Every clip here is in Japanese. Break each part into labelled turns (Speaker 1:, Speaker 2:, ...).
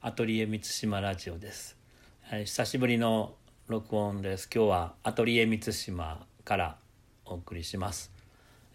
Speaker 1: アトリエ満島ラジオです、えー久しぶりの録音です今日はアトリエ満島からお送りします、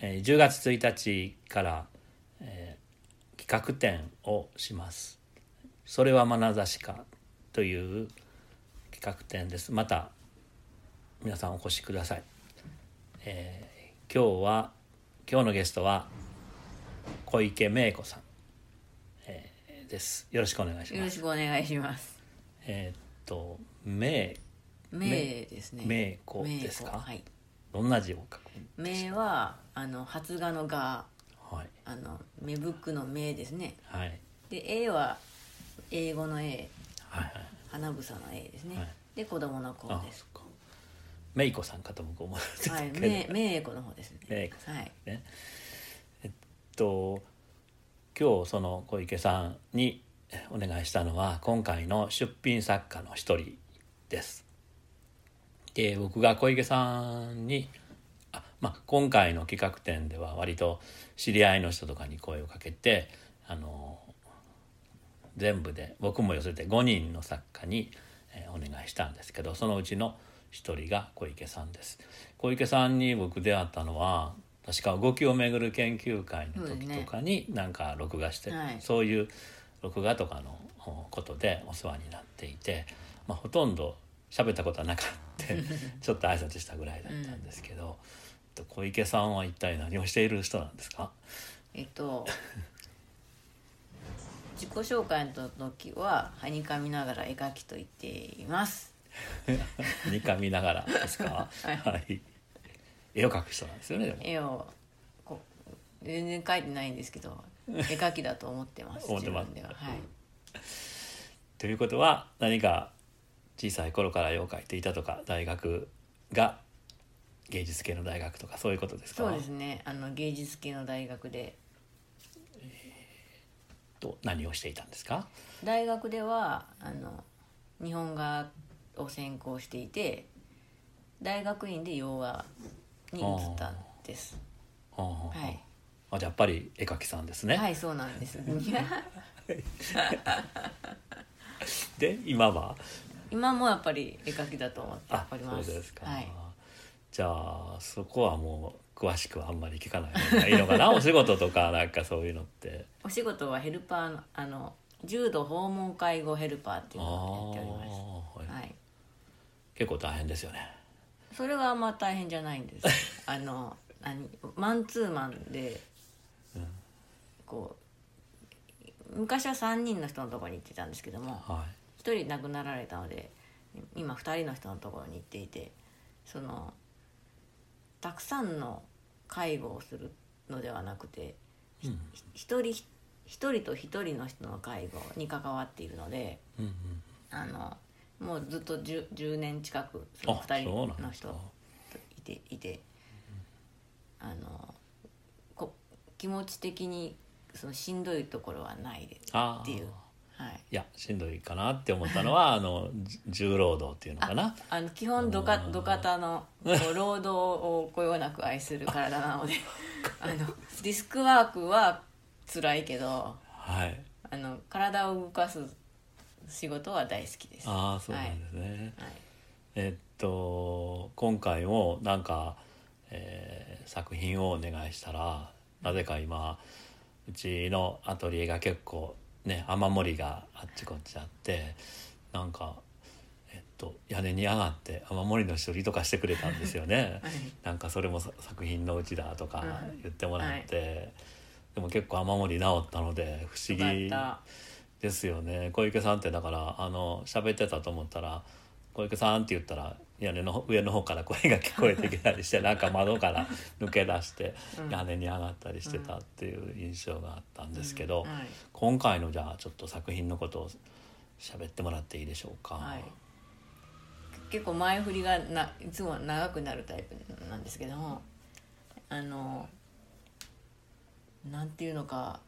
Speaker 1: えー10月1日から、えー企画展をしますそれは眼差しかという企画展ですまた皆さんお越しください、えー今日は今日のゲストは小池芽子さん、えーですよろしくお願いし
Speaker 2: よ
Speaker 1: ま
Speaker 2: ろ
Speaker 1: す
Speaker 2: しくお願いします。
Speaker 1: えーっと「名
Speaker 2: 名ですね。
Speaker 1: 名子ですか
Speaker 2: 名子はい。
Speaker 1: どんな字を書く
Speaker 2: 名はあの発芽の芽、
Speaker 1: はい
Speaker 2: あの芽吹くの芽ですね。
Speaker 1: はい
Speaker 2: で A は英語の A、
Speaker 1: はいはい
Speaker 2: 花房の A ですね。
Speaker 1: はい
Speaker 2: で子供の子
Speaker 1: あ
Speaker 2: です。
Speaker 1: そっかメイコさんかと僕思われてた
Speaker 2: はい。
Speaker 1: けど、
Speaker 2: 名名子の方ですね。
Speaker 1: 名子
Speaker 2: はい。
Speaker 1: ねえっと今日その小池さんにお願いしたのは今回の出品作家の一人ですで僕が小池さんにあ、まあ、今回の企画展では割と知り合いの人とかに声をかけてあの全部で僕も寄せて5人の作家に、えーお願いしたんですけどそのうちの1人が小池さんです小池さんに僕出会ったのは確か動きをめぐる研究会の時とかになんか録画して、
Speaker 2: はい
Speaker 1: そういう録画とかのおことでお世話になっていて、まあ、ほとんど喋ったことはなか ったちょっと挨拶したぐらいだったんですけど、えっと小池さんは一体何をしている人なんです か
Speaker 2: えっと自己紹介の時ははにかみながら絵描きと言っています。
Speaker 1: にかみながらですか
Speaker 2: はい
Speaker 1: い絵を描く人なんですよねでも
Speaker 2: 絵をこう全然描いてないんです けど絵描きだと思ってます
Speaker 1: 思ってます
Speaker 2: 自分でははい
Speaker 1: ということは何か小さい頃から絵を描いていたとか大学が芸術系の大学とかそういうことですか
Speaker 2: そうですねあの芸術系の大学で
Speaker 1: と何をしていたんですか
Speaker 2: 大学ではあの日本画を専攻していて大学院で洋画に移ったんです
Speaker 1: はあはあはあ
Speaker 2: はい
Speaker 1: あじゃあやっぱり絵描きさんですね、
Speaker 2: はいそうな んですいや
Speaker 1: で今は
Speaker 2: 今もやっぱり絵描きだと思って
Speaker 1: あ
Speaker 2: おり
Speaker 1: そ
Speaker 2: ま
Speaker 1: う
Speaker 2: す
Speaker 1: ですか、
Speaker 2: はい、
Speaker 1: じゃあそこはもう詳しくはあんまり聞かない方がいいのか なお仕事とかなんかそういうのって
Speaker 2: お仕事はヘルパーのあの重度訪問介護ヘルパーっていうのを やっております
Speaker 1: あーはい
Speaker 2: はい
Speaker 1: 結構大変ですよね
Speaker 2: それはあんま大変じゃないんです あの何マンツーマンでこう昔は3人の人のところに行ってたんですけども
Speaker 1: はい
Speaker 2: 1人亡くなられたので今2人の人のところに行っていてそのたくさんの介護をするのではなくて
Speaker 1: うん
Speaker 2: 一人一人と一人の人の介護に関わっているので
Speaker 1: うんうん
Speaker 2: あのもうずっと 10, 10年近くその
Speaker 1: あ
Speaker 2: 2
Speaker 1: そうな
Speaker 2: 人
Speaker 1: ん
Speaker 2: の
Speaker 1: です
Speaker 2: 人
Speaker 1: か
Speaker 2: いていてあのこ気持ち的にそのしんどいところはないで
Speaker 1: あー
Speaker 2: っていう、はい、
Speaker 1: いやしんどいかなって思ったのはあのじ重労働っていうのかな
Speaker 2: あの基本土か
Speaker 1: うん
Speaker 2: 土方のこう労働をこよなく愛する体 なのであのディスクワークは辛いけど
Speaker 1: はい
Speaker 2: あの体を動かす仕事は大好きです。は
Speaker 1: ああそうなんですね、
Speaker 2: い、
Speaker 1: えっと今回もなんか、えー作品をお願いしたらなぜか今うちのアトリエが結構ね雨漏りがあっちこっちあってなんか、えっと、屋根に上がって雨漏りの処理とかしてくれたんですよ ね。
Speaker 2: はい
Speaker 1: なんかそれもさ作品のうちだとか
Speaker 2: うん
Speaker 1: 言ってもらって、でも結構雨漏り治ったので不思議
Speaker 2: よかった
Speaker 1: ですよね小池さんってだからあの喋ってたと思ったら「小池さん」って言ったら屋根の上の方から声が聞こえてきたりして なんか窓から抜け出して
Speaker 2: うん
Speaker 1: 屋根に上がったりしてたっていう印象があったんですけど、
Speaker 2: うんはい
Speaker 1: 今回のじゃあちょっと作品のことを喋ってもらっていいでしょうか。
Speaker 2: はい、結構前振りがないつも長くなるタイプなんですけどもあのなんていうのか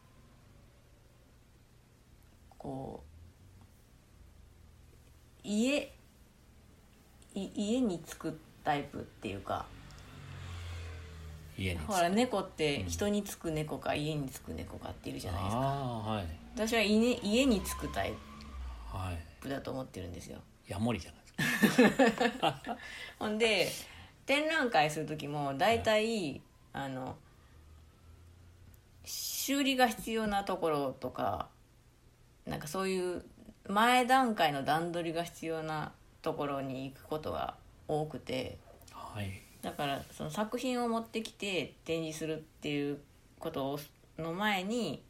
Speaker 2: こう家い家につくタイプっていうか
Speaker 1: 家につく
Speaker 2: ほら猫って人につく猫か家につく猫かっているじゃないですか、
Speaker 1: ああーはい
Speaker 2: 私は家家につくタイ
Speaker 1: はい
Speaker 2: プだと思ってるんですよ
Speaker 1: ヤモリじゃないですか
Speaker 2: ほんで展覧会する時も大体あの修理が必要なところとかなんかそういう前段階の段取りが必要なところに行くことが多くて
Speaker 1: はい
Speaker 2: だからその作品を持ってきて展示するっていうことをの前に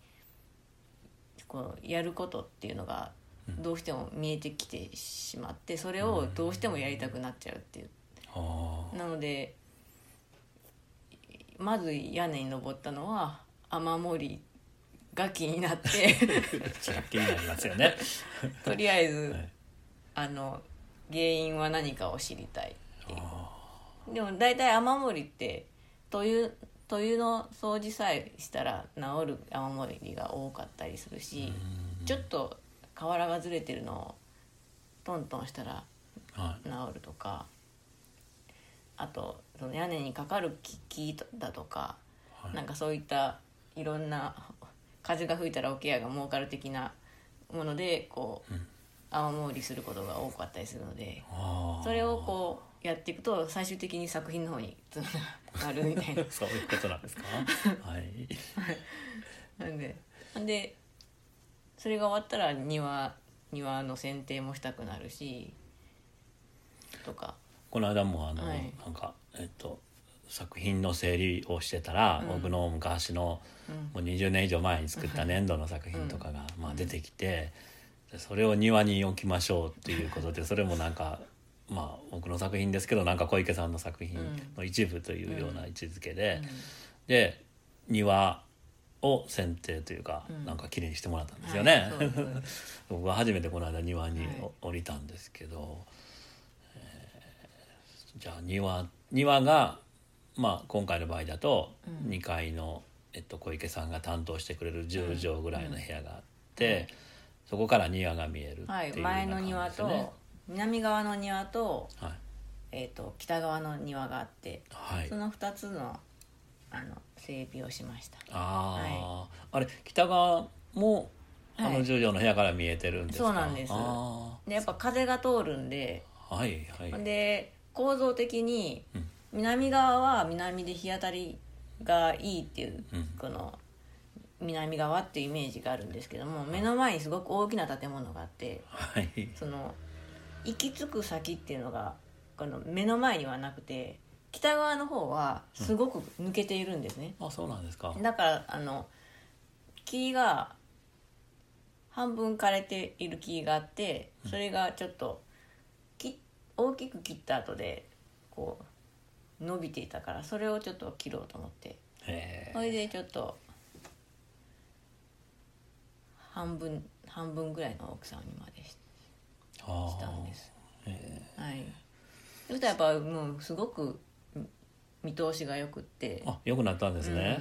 Speaker 2: こうやることっていうのがどうしても見えてきてしまってそれをどうしてもやりたくなっちゃうっていう
Speaker 1: あ
Speaker 2: なのでまず屋根に登ったのは雨漏りが気になっ て
Speaker 1: あちょっと気になりますよね
Speaker 2: とりあえず、
Speaker 1: はい
Speaker 2: あの原因は何かを知りたいっていうでも大体雨漏りってというというの掃除さえしたら治る雨漏りが多かったりするしちょっと瓦がずれてるのをトントンしたら
Speaker 1: は
Speaker 2: 治るとかあとその屋根にかかる木木だとか、
Speaker 1: はい
Speaker 2: なんかそういったいろんな風が吹いたら桶屋が儲かる的なものでこう、雨漏りすることが多かったりするので
Speaker 1: いああ
Speaker 2: それをこうやっていくと最終的に作品の方につながるみたい な
Speaker 1: そういうことなんですかはい
Speaker 2: なんでなんでそれが終わったら庭庭の剪定もしたくなるしとか
Speaker 1: この間もあの、
Speaker 2: はい
Speaker 1: なんかえっと作品の整理をしてたら、僕の昔の、もう20年以上前に作った粘土の作品とかが、まあ、出てきて、でそれを庭に置きましょうっていうことでそれもなんかまあ僕の作品ですけどなんか小池さんの作品の一部というような位置づけで、で庭を剪定というか、なんか綺麗にしてもらったんですよね。
Speaker 2: はいそうで す
Speaker 1: 僕は初めてこの間庭に
Speaker 2: はい
Speaker 1: お降りたんですけど、えーじゃあ庭庭が、まあ、今回の場合だと2階の、えっと、小池さんが担当してくれる10畳ぐらいの部屋があって、そこから庭が見えるっていうような
Speaker 2: は
Speaker 1: 感じで
Speaker 2: い、
Speaker 1: すね、
Speaker 2: 前の庭と、南側の庭と,、
Speaker 1: はい
Speaker 2: えー、と北側の庭があって、
Speaker 1: はい
Speaker 2: そ、の2つのあの整備をしました
Speaker 1: ああ、あれ北側もあ
Speaker 2: は
Speaker 1: の
Speaker 2: い
Speaker 1: 10畳の部屋から見えてるんですか、
Speaker 2: そうなんです
Speaker 1: あ
Speaker 2: でやっぱ風が通るんで
Speaker 1: ーはいはい
Speaker 2: で構造的に
Speaker 1: うん
Speaker 2: 南側は南で日当たりがいいっていう、
Speaker 1: うん
Speaker 2: この南側っていうイメージがあるんですけども目の前にすごく大きな建物があって
Speaker 1: はい
Speaker 2: その行き着く先っていうのがこの目の前にはなくて北側の方はすごく抜けているんですね、
Speaker 1: あそうなんですか
Speaker 2: だからあの木が半分枯れている木があってそれがちょっとき大きく切った後でこう伸びていたからそれをちょっと切ろうと思って
Speaker 1: へ
Speaker 2: それでちょっと半分半分ぐらいの大きさにまでし
Speaker 1: ーあ
Speaker 2: したん
Speaker 1: ー
Speaker 2: です。はい。そしたらやっぱもうすごくみ見通しがよくって。
Speaker 1: あ、良くなったんですね。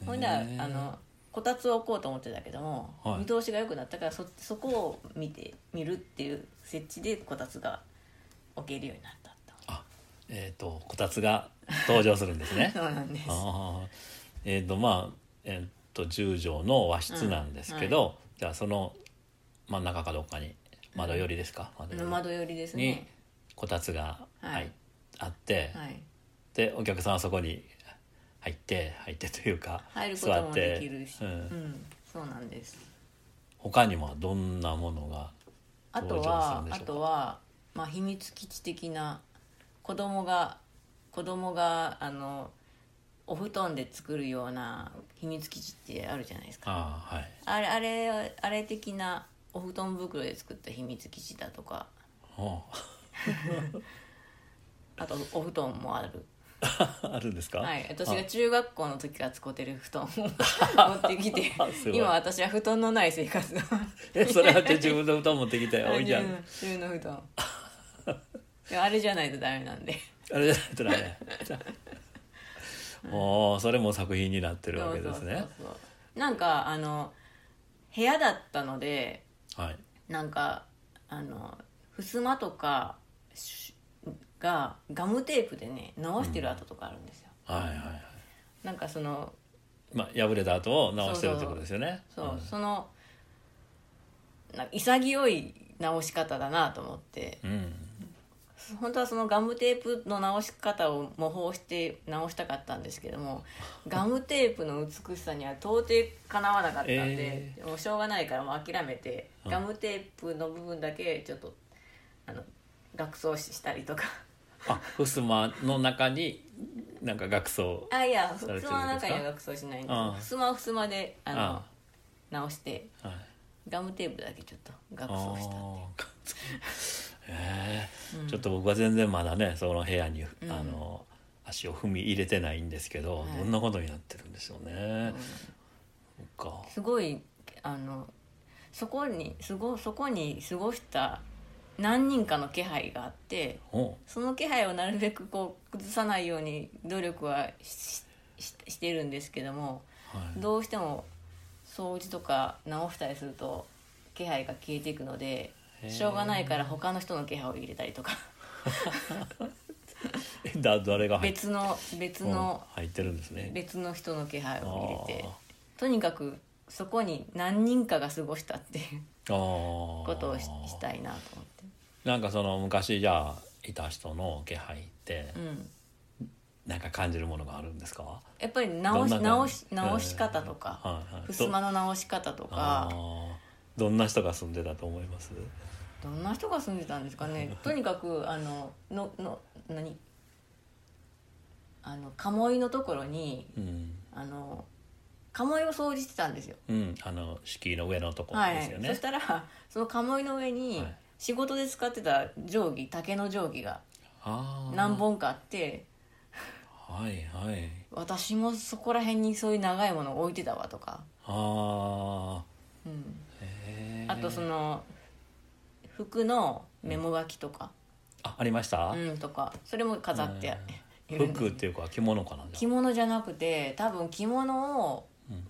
Speaker 2: うんほんなら
Speaker 1: へえ
Speaker 2: あのこたつを置こうと思ってたけども、
Speaker 1: はい
Speaker 2: 見通しが良くなったからそそこを見て見るっていう設置でこたつが置けるようになったと。。
Speaker 1: あ、えっ、とこたつが登場するんですね
Speaker 2: そうなんです。
Speaker 1: ああ、えっ、とまあえっ、と十畳の和室なんですけど、じゃあその真ん中かどっかに窓寄りですか？窓寄り
Speaker 2: 窓寄りです
Speaker 1: に
Speaker 2: ね。
Speaker 1: こたつが、
Speaker 2: はい
Speaker 1: はいあって、
Speaker 2: はい。
Speaker 1: でお客さんはそこに入って入ってというか
Speaker 2: 入ることもでき
Speaker 1: 座っ
Speaker 2: る
Speaker 1: て
Speaker 2: し、う、
Speaker 1: うんん、
Speaker 2: そうなんです。
Speaker 1: 他にもどんなものが
Speaker 2: あとはあとはまあ秘密基地的な子供が子供があのお布団で作るような秘密基地ってあるじゃないですか。
Speaker 1: ああはい
Speaker 2: あれあれあれ的なお布団袋で作った秘密基地だとか
Speaker 1: お
Speaker 2: あとお布団もある。
Speaker 1: う あるんですか？
Speaker 2: はい、私
Speaker 1: あ
Speaker 2: が中学校の時から使ってる 布団を持ってきて
Speaker 1: すごい
Speaker 2: 今私は布団のない生活を
Speaker 1: えそれだって自分の歌持ってきたよおいちゃ ん
Speaker 2: 自分の布団でもあれじゃないとダメなんで
Speaker 1: あれじゃないとダ メおーそれも作品になってる
Speaker 2: そ
Speaker 1: わ
Speaker 2: う
Speaker 1: け
Speaker 2: そう
Speaker 1: ですね
Speaker 2: そうそうなんかあの部屋だったので
Speaker 1: はい
Speaker 2: なんかあの襖とかしがガムテープでね直してる跡とかあるんですよ、
Speaker 1: はいはいはい
Speaker 2: なんかその
Speaker 1: まあ破れた後を直してるってことですよね
Speaker 2: そう、そのなんか潔い直し方だなと思って
Speaker 1: うん、うん
Speaker 2: 本当はそのガムテープの直し方を模倣して直したかったんですけどもガムテープの美しさには到底かなわなかったんで
Speaker 1: え、
Speaker 2: もうしょうがないからもう諦めて
Speaker 1: うん
Speaker 2: ガムテープの部分だけちょっとあの額装したりとか
Speaker 1: あ襖の中になんか額装
Speaker 2: あい や
Speaker 1: されてるん
Speaker 2: 襖
Speaker 1: ですか
Speaker 2: の中には額装しないんです
Speaker 1: ああ
Speaker 2: 襖は襖であの
Speaker 1: あ
Speaker 2: 直して
Speaker 1: あ、はい、
Speaker 2: ガムテープだけちょっと額
Speaker 1: あ
Speaker 2: 装したっていう
Speaker 1: ーえー
Speaker 2: うん
Speaker 1: ちょっと僕は全然まだねその部屋に、
Speaker 2: うん
Speaker 1: あの足を踏み入れてないんですけど、
Speaker 2: はい
Speaker 1: どんなことになってるんでしょうね、
Speaker 2: うん
Speaker 1: そっか
Speaker 2: すごいあのそこにすごそこに過ごした何人かの気配があって
Speaker 1: お
Speaker 2: その気配をなるべくこう崩さないように努力はしししてるんですけども
Speaker 1: はい
Speaker 2: どうしても掃除とか直したりすると気配が消えていくので
Speaker 1: へー
Speaker 2: しょうがないから他の人の気配を入れたりとか
Speaker 1: えだ誰が入っ
Speaker 2: 別の別の
Speaker 1: うん入ってるんですね
Speaker 2: 別の人の気配を入れて
Speaker 1: あ
Speaker 2: とにかくそこに何人かが過ごしたっていう
Speaker 1: ーあ
Speaker 2: こ
Speaker 1: こと
Speaker 2: をししたいなと思って。
Speaker 1: なんかその昔じゃあいた人の気配って
Speaker 2: うん、
Speaker 1: なんか感じるものがあるんですか、
Speaker 2: やっぱり直
Speaker 1: ど
Speaker 2: し
Speaker 1: んな
Speaker 2: 直し
Speaker 1: うん
Speaker 2: 直し方とか、
Speaker 1: はいはい、
Speaker 2: 襖の直し方と
Speaker 1: あ
Speaker 2: か
Speaker 1: ーどんな人が住んでたと思います
Speaker 2: どんな人が住んでたんですか ねとにかくあののの何あの鴨居のところに
Speaker 1: うん、
Speaker 2: あの鴨居を掃除してたんですよ。
Speaker 1: うん、あの敷居の上のところ
Speaker 2: はい、
Speaker 1: ですよね、
Speaker 2: そしたらその鴨居の上に
Speaker 1: はい
Speaker 2: 仕事で使ってた定規竹の定規が
Speaker 1: あー
Speaker 2: 何本かあって
Speaker 1: はいはい
Speaker 2: 私もそこら辺にそういう長いものを置いてたわとか、
Speaker 1: あ
Speaker 2: うん、
Speaker 1: ーへー
Speaker 2: あとその服のメモ書きとか、
Speaker 1: あありました、
Speaker 2: うん、とかそれも飾っているんです
Speaker 1: 服っていうか着物かな
Speaker 2: 着物じゃなくて多分着物を、
Speaker 1: うん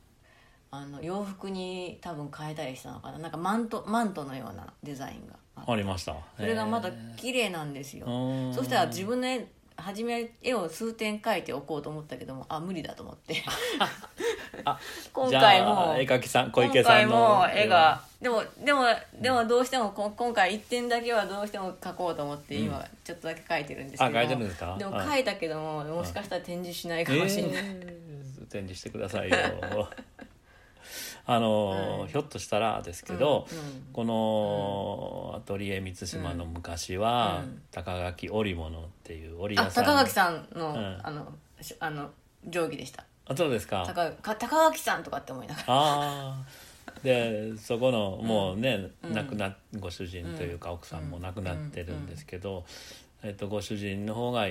Speaker 2: あの洋服に多分変えたりしたのかななんかマントマントのようなデザインがあって
Speaker 1: ありました
Speaker 2: それがまだ
Speaker 1: へー
Speaker 2: 綺麗なんですよ
Speaker 1: うん
Speaker 2: そしたら自分の絵初め絵を数点描いておこうと思ったけどもあ無理だと思って 今
Speaker 1: じゃ
Speaker 2: 回
Speaker 1: あ
Speaker 2: も
Speaker 1: 絵描きさん小
Speaker 2: 今
Speaker 1: 池さ
Speaker 2: 回
Speaker 1: んの
Speaker 2: も絵がでもでもでもどうしてもこ今回1点だけはどうしても描こうと思って
Speaker 1: うん
Speaker 2: 今ちょっとだけ描いてるんです
Speaker 1: あ
Speaker 2: けども、
Speaker 1: 描いてるんですか
Speaker 2: でも
Speaker 1: はい
Speaker 2: 描いたけどももしかしたら展示しないかもしれない、
Speaker 1: えー展示してくださいよあの、
Speaker 2: はい
Speaker 1: ひょっとしたらですけど、
Speaker 2: うん
Speaker 1: このアトリエ満島の昔は、
Speaker 2: うん
Speaker 1: 高垣織物っていう織
Speaker 2: あ
Speaker 1: 屋さん
Speaker 2: 高垣さんの、
Speaker 1: うん
Speaker 2: あのしあの定規でした
Speaker 1: あそうですか
Speaker 2: 高か高垣さんとかって思いながら
Speaker 1: ああでそこのもうね、
Speaker 2: うん
Speaker 1: 亡くなご主人というか奥さんも亡くなってるんですけど、えっと、ご主人の方があ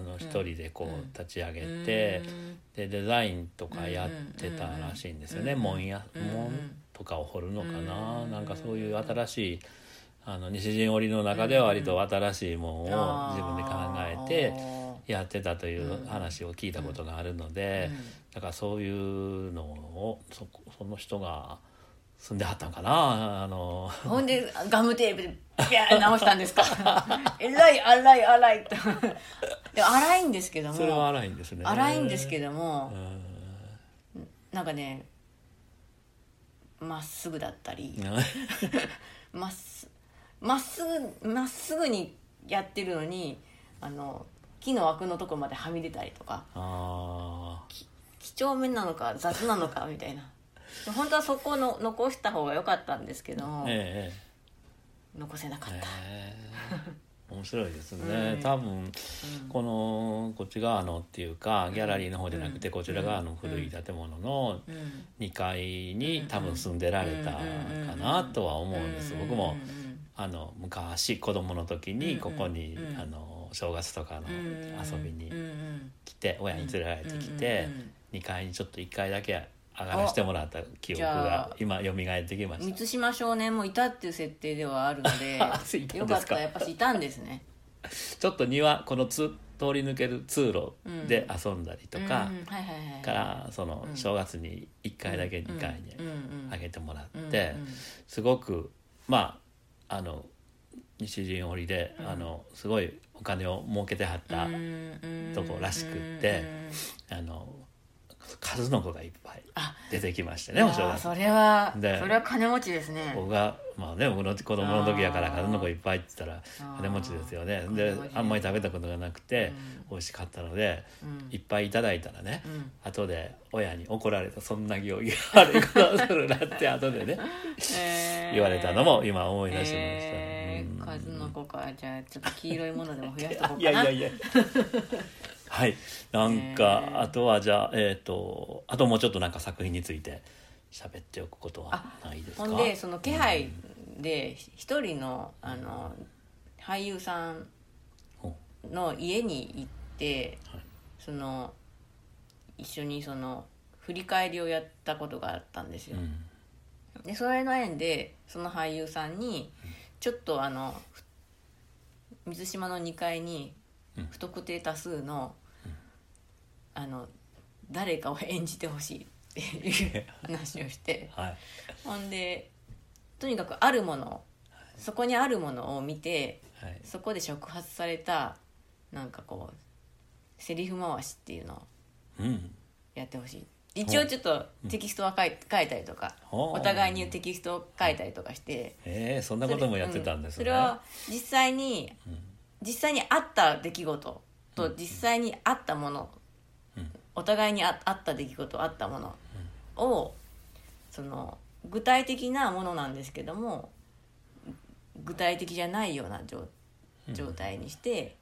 Speaker 1: の一人でこ
Speaker 2: うん
Speaker 1: う立ち上げて、
Speaker 2: うん
Speaker 1: でデザインとかやってたらしいんですよね、
Speaker 2: うんうんうん
Speaker 1: 門や
Speaker 2: うんうん
Speaker 1: 門とかを掘るのかな、
Speaker 2: うん
Speaker 1: なんかそういう新しいあの西陣織の中では割と新しい門を自分で考えてやってたという話を聞いたことがあるので、
Speaker 2: うん
Speaker 1: だからそういうのをそこその人が住んではったんかなあの
Speaker 2: あーほんでガムテープでビャー直したんですか えらい荒い荒いと で荒いんですけども
Speaker 1: それは荒いんですね
Speaker 2: 荒いんですけ
Speaker 1: ど、
Speaker 2: ど
Speaker 1: う
Speaker 2: も、
Speaker 1: ん
Speaker 2: なんかねまっすぐだったりまっすまっすぐまっすぐにやってるのにあの木の枠のとこまではみ出たりとか
Speaker 1: あ
Speaker 2: 几帳面なのか雑なの かみたいな本当はそこをの残した方が良かったんですけど
Speaker 1: あ
Speaker 2: も、
Speaker 1: ええええ
Speaker 2: 残せなかっ
Speaker 1: へ
Speaker 2: た、
Speaker 1: え面白いですね、
Speaker 2: うん
Speaker 1: 多分
Speaker 2: うん
Speaker 1: このこっち側のっていうかギャラリーの方じゃなくて
Speaker 2: うん
Speaker 1: こちら側の古い建物の
Speaker 2: うん
Speaker 1: 2階
Speaker 2: う
Speaker 1: に
Speaker 2: ん
Speaker 1: 多分住んでられたかなとは思うんです僕も
Speaker 2: うんうん
Speaker 1: あの昔子供の時にここに
Speaker 2: うんうん
Speaker 1: あの正月とかの
Speaker 2: うん
Speaker 1: 遊びに
Speaker 2: うんうん
Speaker 1: 来て親に連れられてきて
Speaker 2: うんうんうん
Speaker 1: 2階にちょっと1階だけ上がらせてもらった記憶
Speaker 2: じゃ
Speaker 1: が
Speaker 2: あ
Speaker 1: 今蘇ってきまし
Speaker 2: 満島少年もいたっていう設定ではあるの
Speaker 1: あそうい
Speaker 2: で
Speaker 1: た
Speaker 2: よ
Speaker 1: んで
Speaker 2: かっ
Speaker 1: すか
Speaker 2: たやっぱしいたんですね
Speaker 1: たちょっと庭このつ通り抜ける通路で遊んだりとか
Speaker 2: うんうんはいはいはい
Speaker 1: からその
Speaker 2: うん
Speaker 1: 正月に1回だけ2回に
Speaker 2: うんうんうん
Speaker 1: あげてもらっ
Speaker 2: うん
Speaker 1: てすごくまああの西陣織で、
Speaker 2: うん
Speaker 1: あのすごいお金を儲けてはった、とこらしくってあの数の子がいっぱい
Speaker 2: あ
Speaker 1: 出てきまして
Speaker 2: で
Speaker 1: ねお
Speaker 2: も
Speaker 1: 正月
Speaker 2: それはそ
Speaker 1: で
Speaker 2: れは金持ちですね
Speaker 1: 僕がまあね僕の子供の時やから
Speaker 2: あー
Speaker 1: 数の子いっぱいって言ったら
Speaker 2: あー
Speaker 1: 金持ちですよね
Speaker 2: 金
Speaker 1: で
Speaker 2: 持ちね
Speaker 1: あんまり食べたことがなくて、
Speaker 2: うん
Speaker 1: 美味しかったので
Speaker 2: うん
Speaker 1: いっぱいいただいたらね、
Speaker 2: うん
Speaker 1: 後で親に怒られたそんな行儀悪いことをするなって後で ね
Speaker 2: えー
Speaker 1: 言われたのも今思い出しました、
Speaker 2: えー
Speaker 1: うん
Speaker 2: 数の子かじゃあちょっと黄色いものでも増やしとこうかな
Speaker 1: いやいやいやはいなんか、
Speaker 2: ねえ
Speaker 1: あとはじゃあえっ、とあともうちょっとなんか作品について喋っておくことはないですか
Speaker 2: ほんでその気配で一人のあの俳優さん
Speaker 1: うんほ
Speaker 2: の家に行って
Speaker 1: うはい
Speaker 2: その一緒にその振り返りをやったことがあったんです
Speaker 1: う
Speaker 2: よ、
Speaker 1: ん
Speaker 2: でそれの縁でその俳優さんにちょっとあのふ水島の2階に
Speaker 1: うん
Speaker 2: 不特定多数のあの誰かを演じてほしいっていう 話をして
Speaker 1: はい
Speaker 2: ほんでとにかくあるものそこにあるものを見て
Speaker 1: はい
Speaker 2: そこで触発されたなんかこうセリフ回しっていうのを
Speaker 1: うん
Speaker 2: やってほしい一応ちょっとテキストは書い書いたりとか
Speaker 1: ほう
Speaker 2: お互いにテキストを書いたりとかして
Speaker 1: えー、そんなこともやってたんです
Speaker 2: そ
Speaker 1: ね、
Speaker 2: れ,、は実際に実際にあった出来事と実際にあったもの
Speaker 1: うん
Speaker 2: お互いにああった出来事あったものをその具体的なものなんですけども具体的じゃないような状状態にして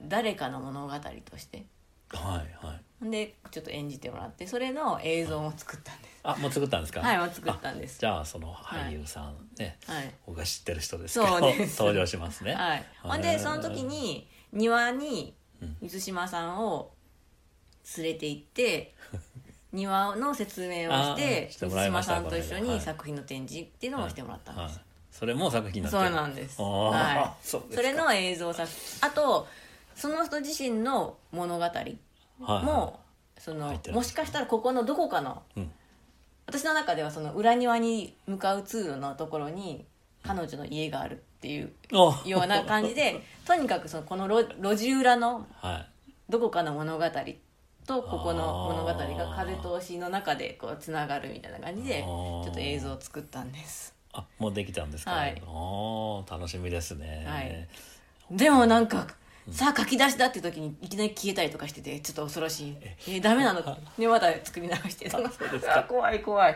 Speaker 2: 誰かの物語として
Speaker 1: はいはい
Speaker 2: でちょっと演じてもらってそれの映像を作ったんです
Speaker 1: あもう作ったんですか
Speaker 2: はい、作ったんです
Speaker 1: じゃあその俳優さんね、
Speaker 2: はい
Speaker 1: 僕が知ってる人ですけど
Speaker 2: そうです
Speaker 1: 登場しますね、
Speaker 2: はい、ほん
Speaker 1: へ
Speaker 2: で
Speaker 1: ー
Speaker 2: その時に庭に
Speaker 1: うん
Speaker 2: 水島さんを連れて 行って、庭の説明をし
Speaker 1: あー
Speaker 2: て
Speaker 1: して
Speaker 2: 水
Speaker 1: もらいま
Speaker 2: 島
Speaker 1: した
Speaker 2: さんと一緒
Speaker 1: はい
Speaker 2: に作品の展示っていうのをしてもらったんです、
Speaker 1: はいそれも作品になって
Speaker 2: そ
Speaker 1: る
Speaker 2: うなんです、
Speaker 1: あー
Speaker 2: は
Speaker 1: そうで
Speaker 2: い、
Speaker 1: すか
Speaker 2: それの映像作あとその人自身の物語も、
Speaker 1: はいは
Speaker 2: そ
Speaker 1: 入
Speaker 2: の
Speaker 1: ってる
Speaker 2: もしかしたらここのどこかの
Speaker 1: いうん
Speaker 2: 私の中ではその裏庭に向かう通路のところに彼女の家があるっていう
Speaker 1: お
Speaker 2: ような感じ でとにかくそのこの路路地裏の
Speaker 1: はい
Speaker 2: どこかの物語とここの物語が風通しの中でこうつながるみたいな感じで
Speaker 1: あ
Speaker 2: ち
Speaker 1: ー
Speaker 2: ょっと映像を作ったんです
Speaker 1: あもうできたんですか、
Speaker 2: はい
Speaker 1: おー楽しみですね、
Speaker 2: はいでもなんかさあ書き出しだって時にいきなり消えたりとかしててちょっと恐ろしいえーダメなのねまだ作り直してその
Speaker 1: ですか
Speaker 2: 怖い怖い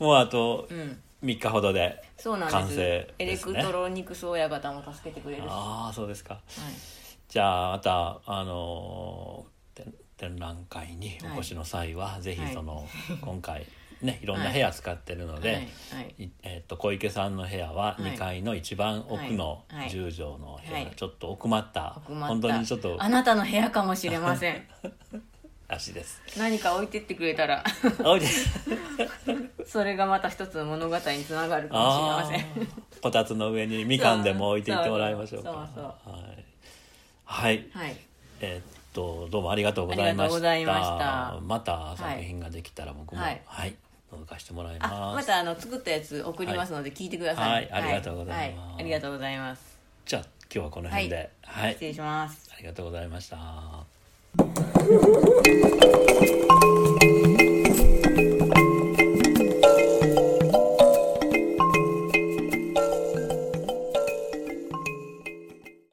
Speaker 1: もうあと
Speaker 2: うん
Speaker 1: 3日ほどで、
Speaker 2: そうなんです
Speaker 1: 完成ですね
Speaker 2: エレクトロニクス親方も助けてくれるし、は
Speaker 1: ああそうですか
Speaker 2: い、
Speaker 1: じゃあまたあのー展展覧会にお越しの際は、ぜひそ の、今回ねいろんな部屋使ってるので、
Speaker 2: はいはい
Speaker 1: いえっと小池さんの部屋は
Speaker 2: はい
Speaker 1: 2階の一番奥の
Speaker 2: はいはい
Speaker 1: 10畳の部屋、
Speaker 2: はい
Speaker 1: ちょっと奥まった
Speaker 2: 奥まった
Speaker 1: 本当にちょっと
Speaker 2: あなたの部屋かもしれません
Speaker 1: 足です。
Speaker 2: 何か置いてってくれたら
Speaker 1: あおいで
Speaker 2: それがまた一つの物語につながるかも
Speaker 1: あ
Speaker 2: しれません
Speaker 1: ー こたつの上にみかんでも置いていってもらいましょうか。
Speaker 2: そうそう
Speaker 1: はい、はい、
Speaker 2: はい
Speaker 1: えーっとどうもありがとうございま
Speaker 2: ありがとうござい
Speaker 1: し
Speaker 2: ま
Speaker 1: た
Speaker 2: した。
Speaker 1: また作品ができたら僕もは
Speaker 2: はいい、
Speaker 1: 届かしてもらい
Speaker 2: あ
Speaker 1: ま。
Speaker 2: ますたあの作ったやつ送りますので聞いてください
Speaker 1: はいありがとうございます
Speaker 2: ははありがとうございます
Speaker 1: じゃあ今日はこの辺で、はい、
Speaker 2: 失礼します
Speaker 1: ありがとうございました。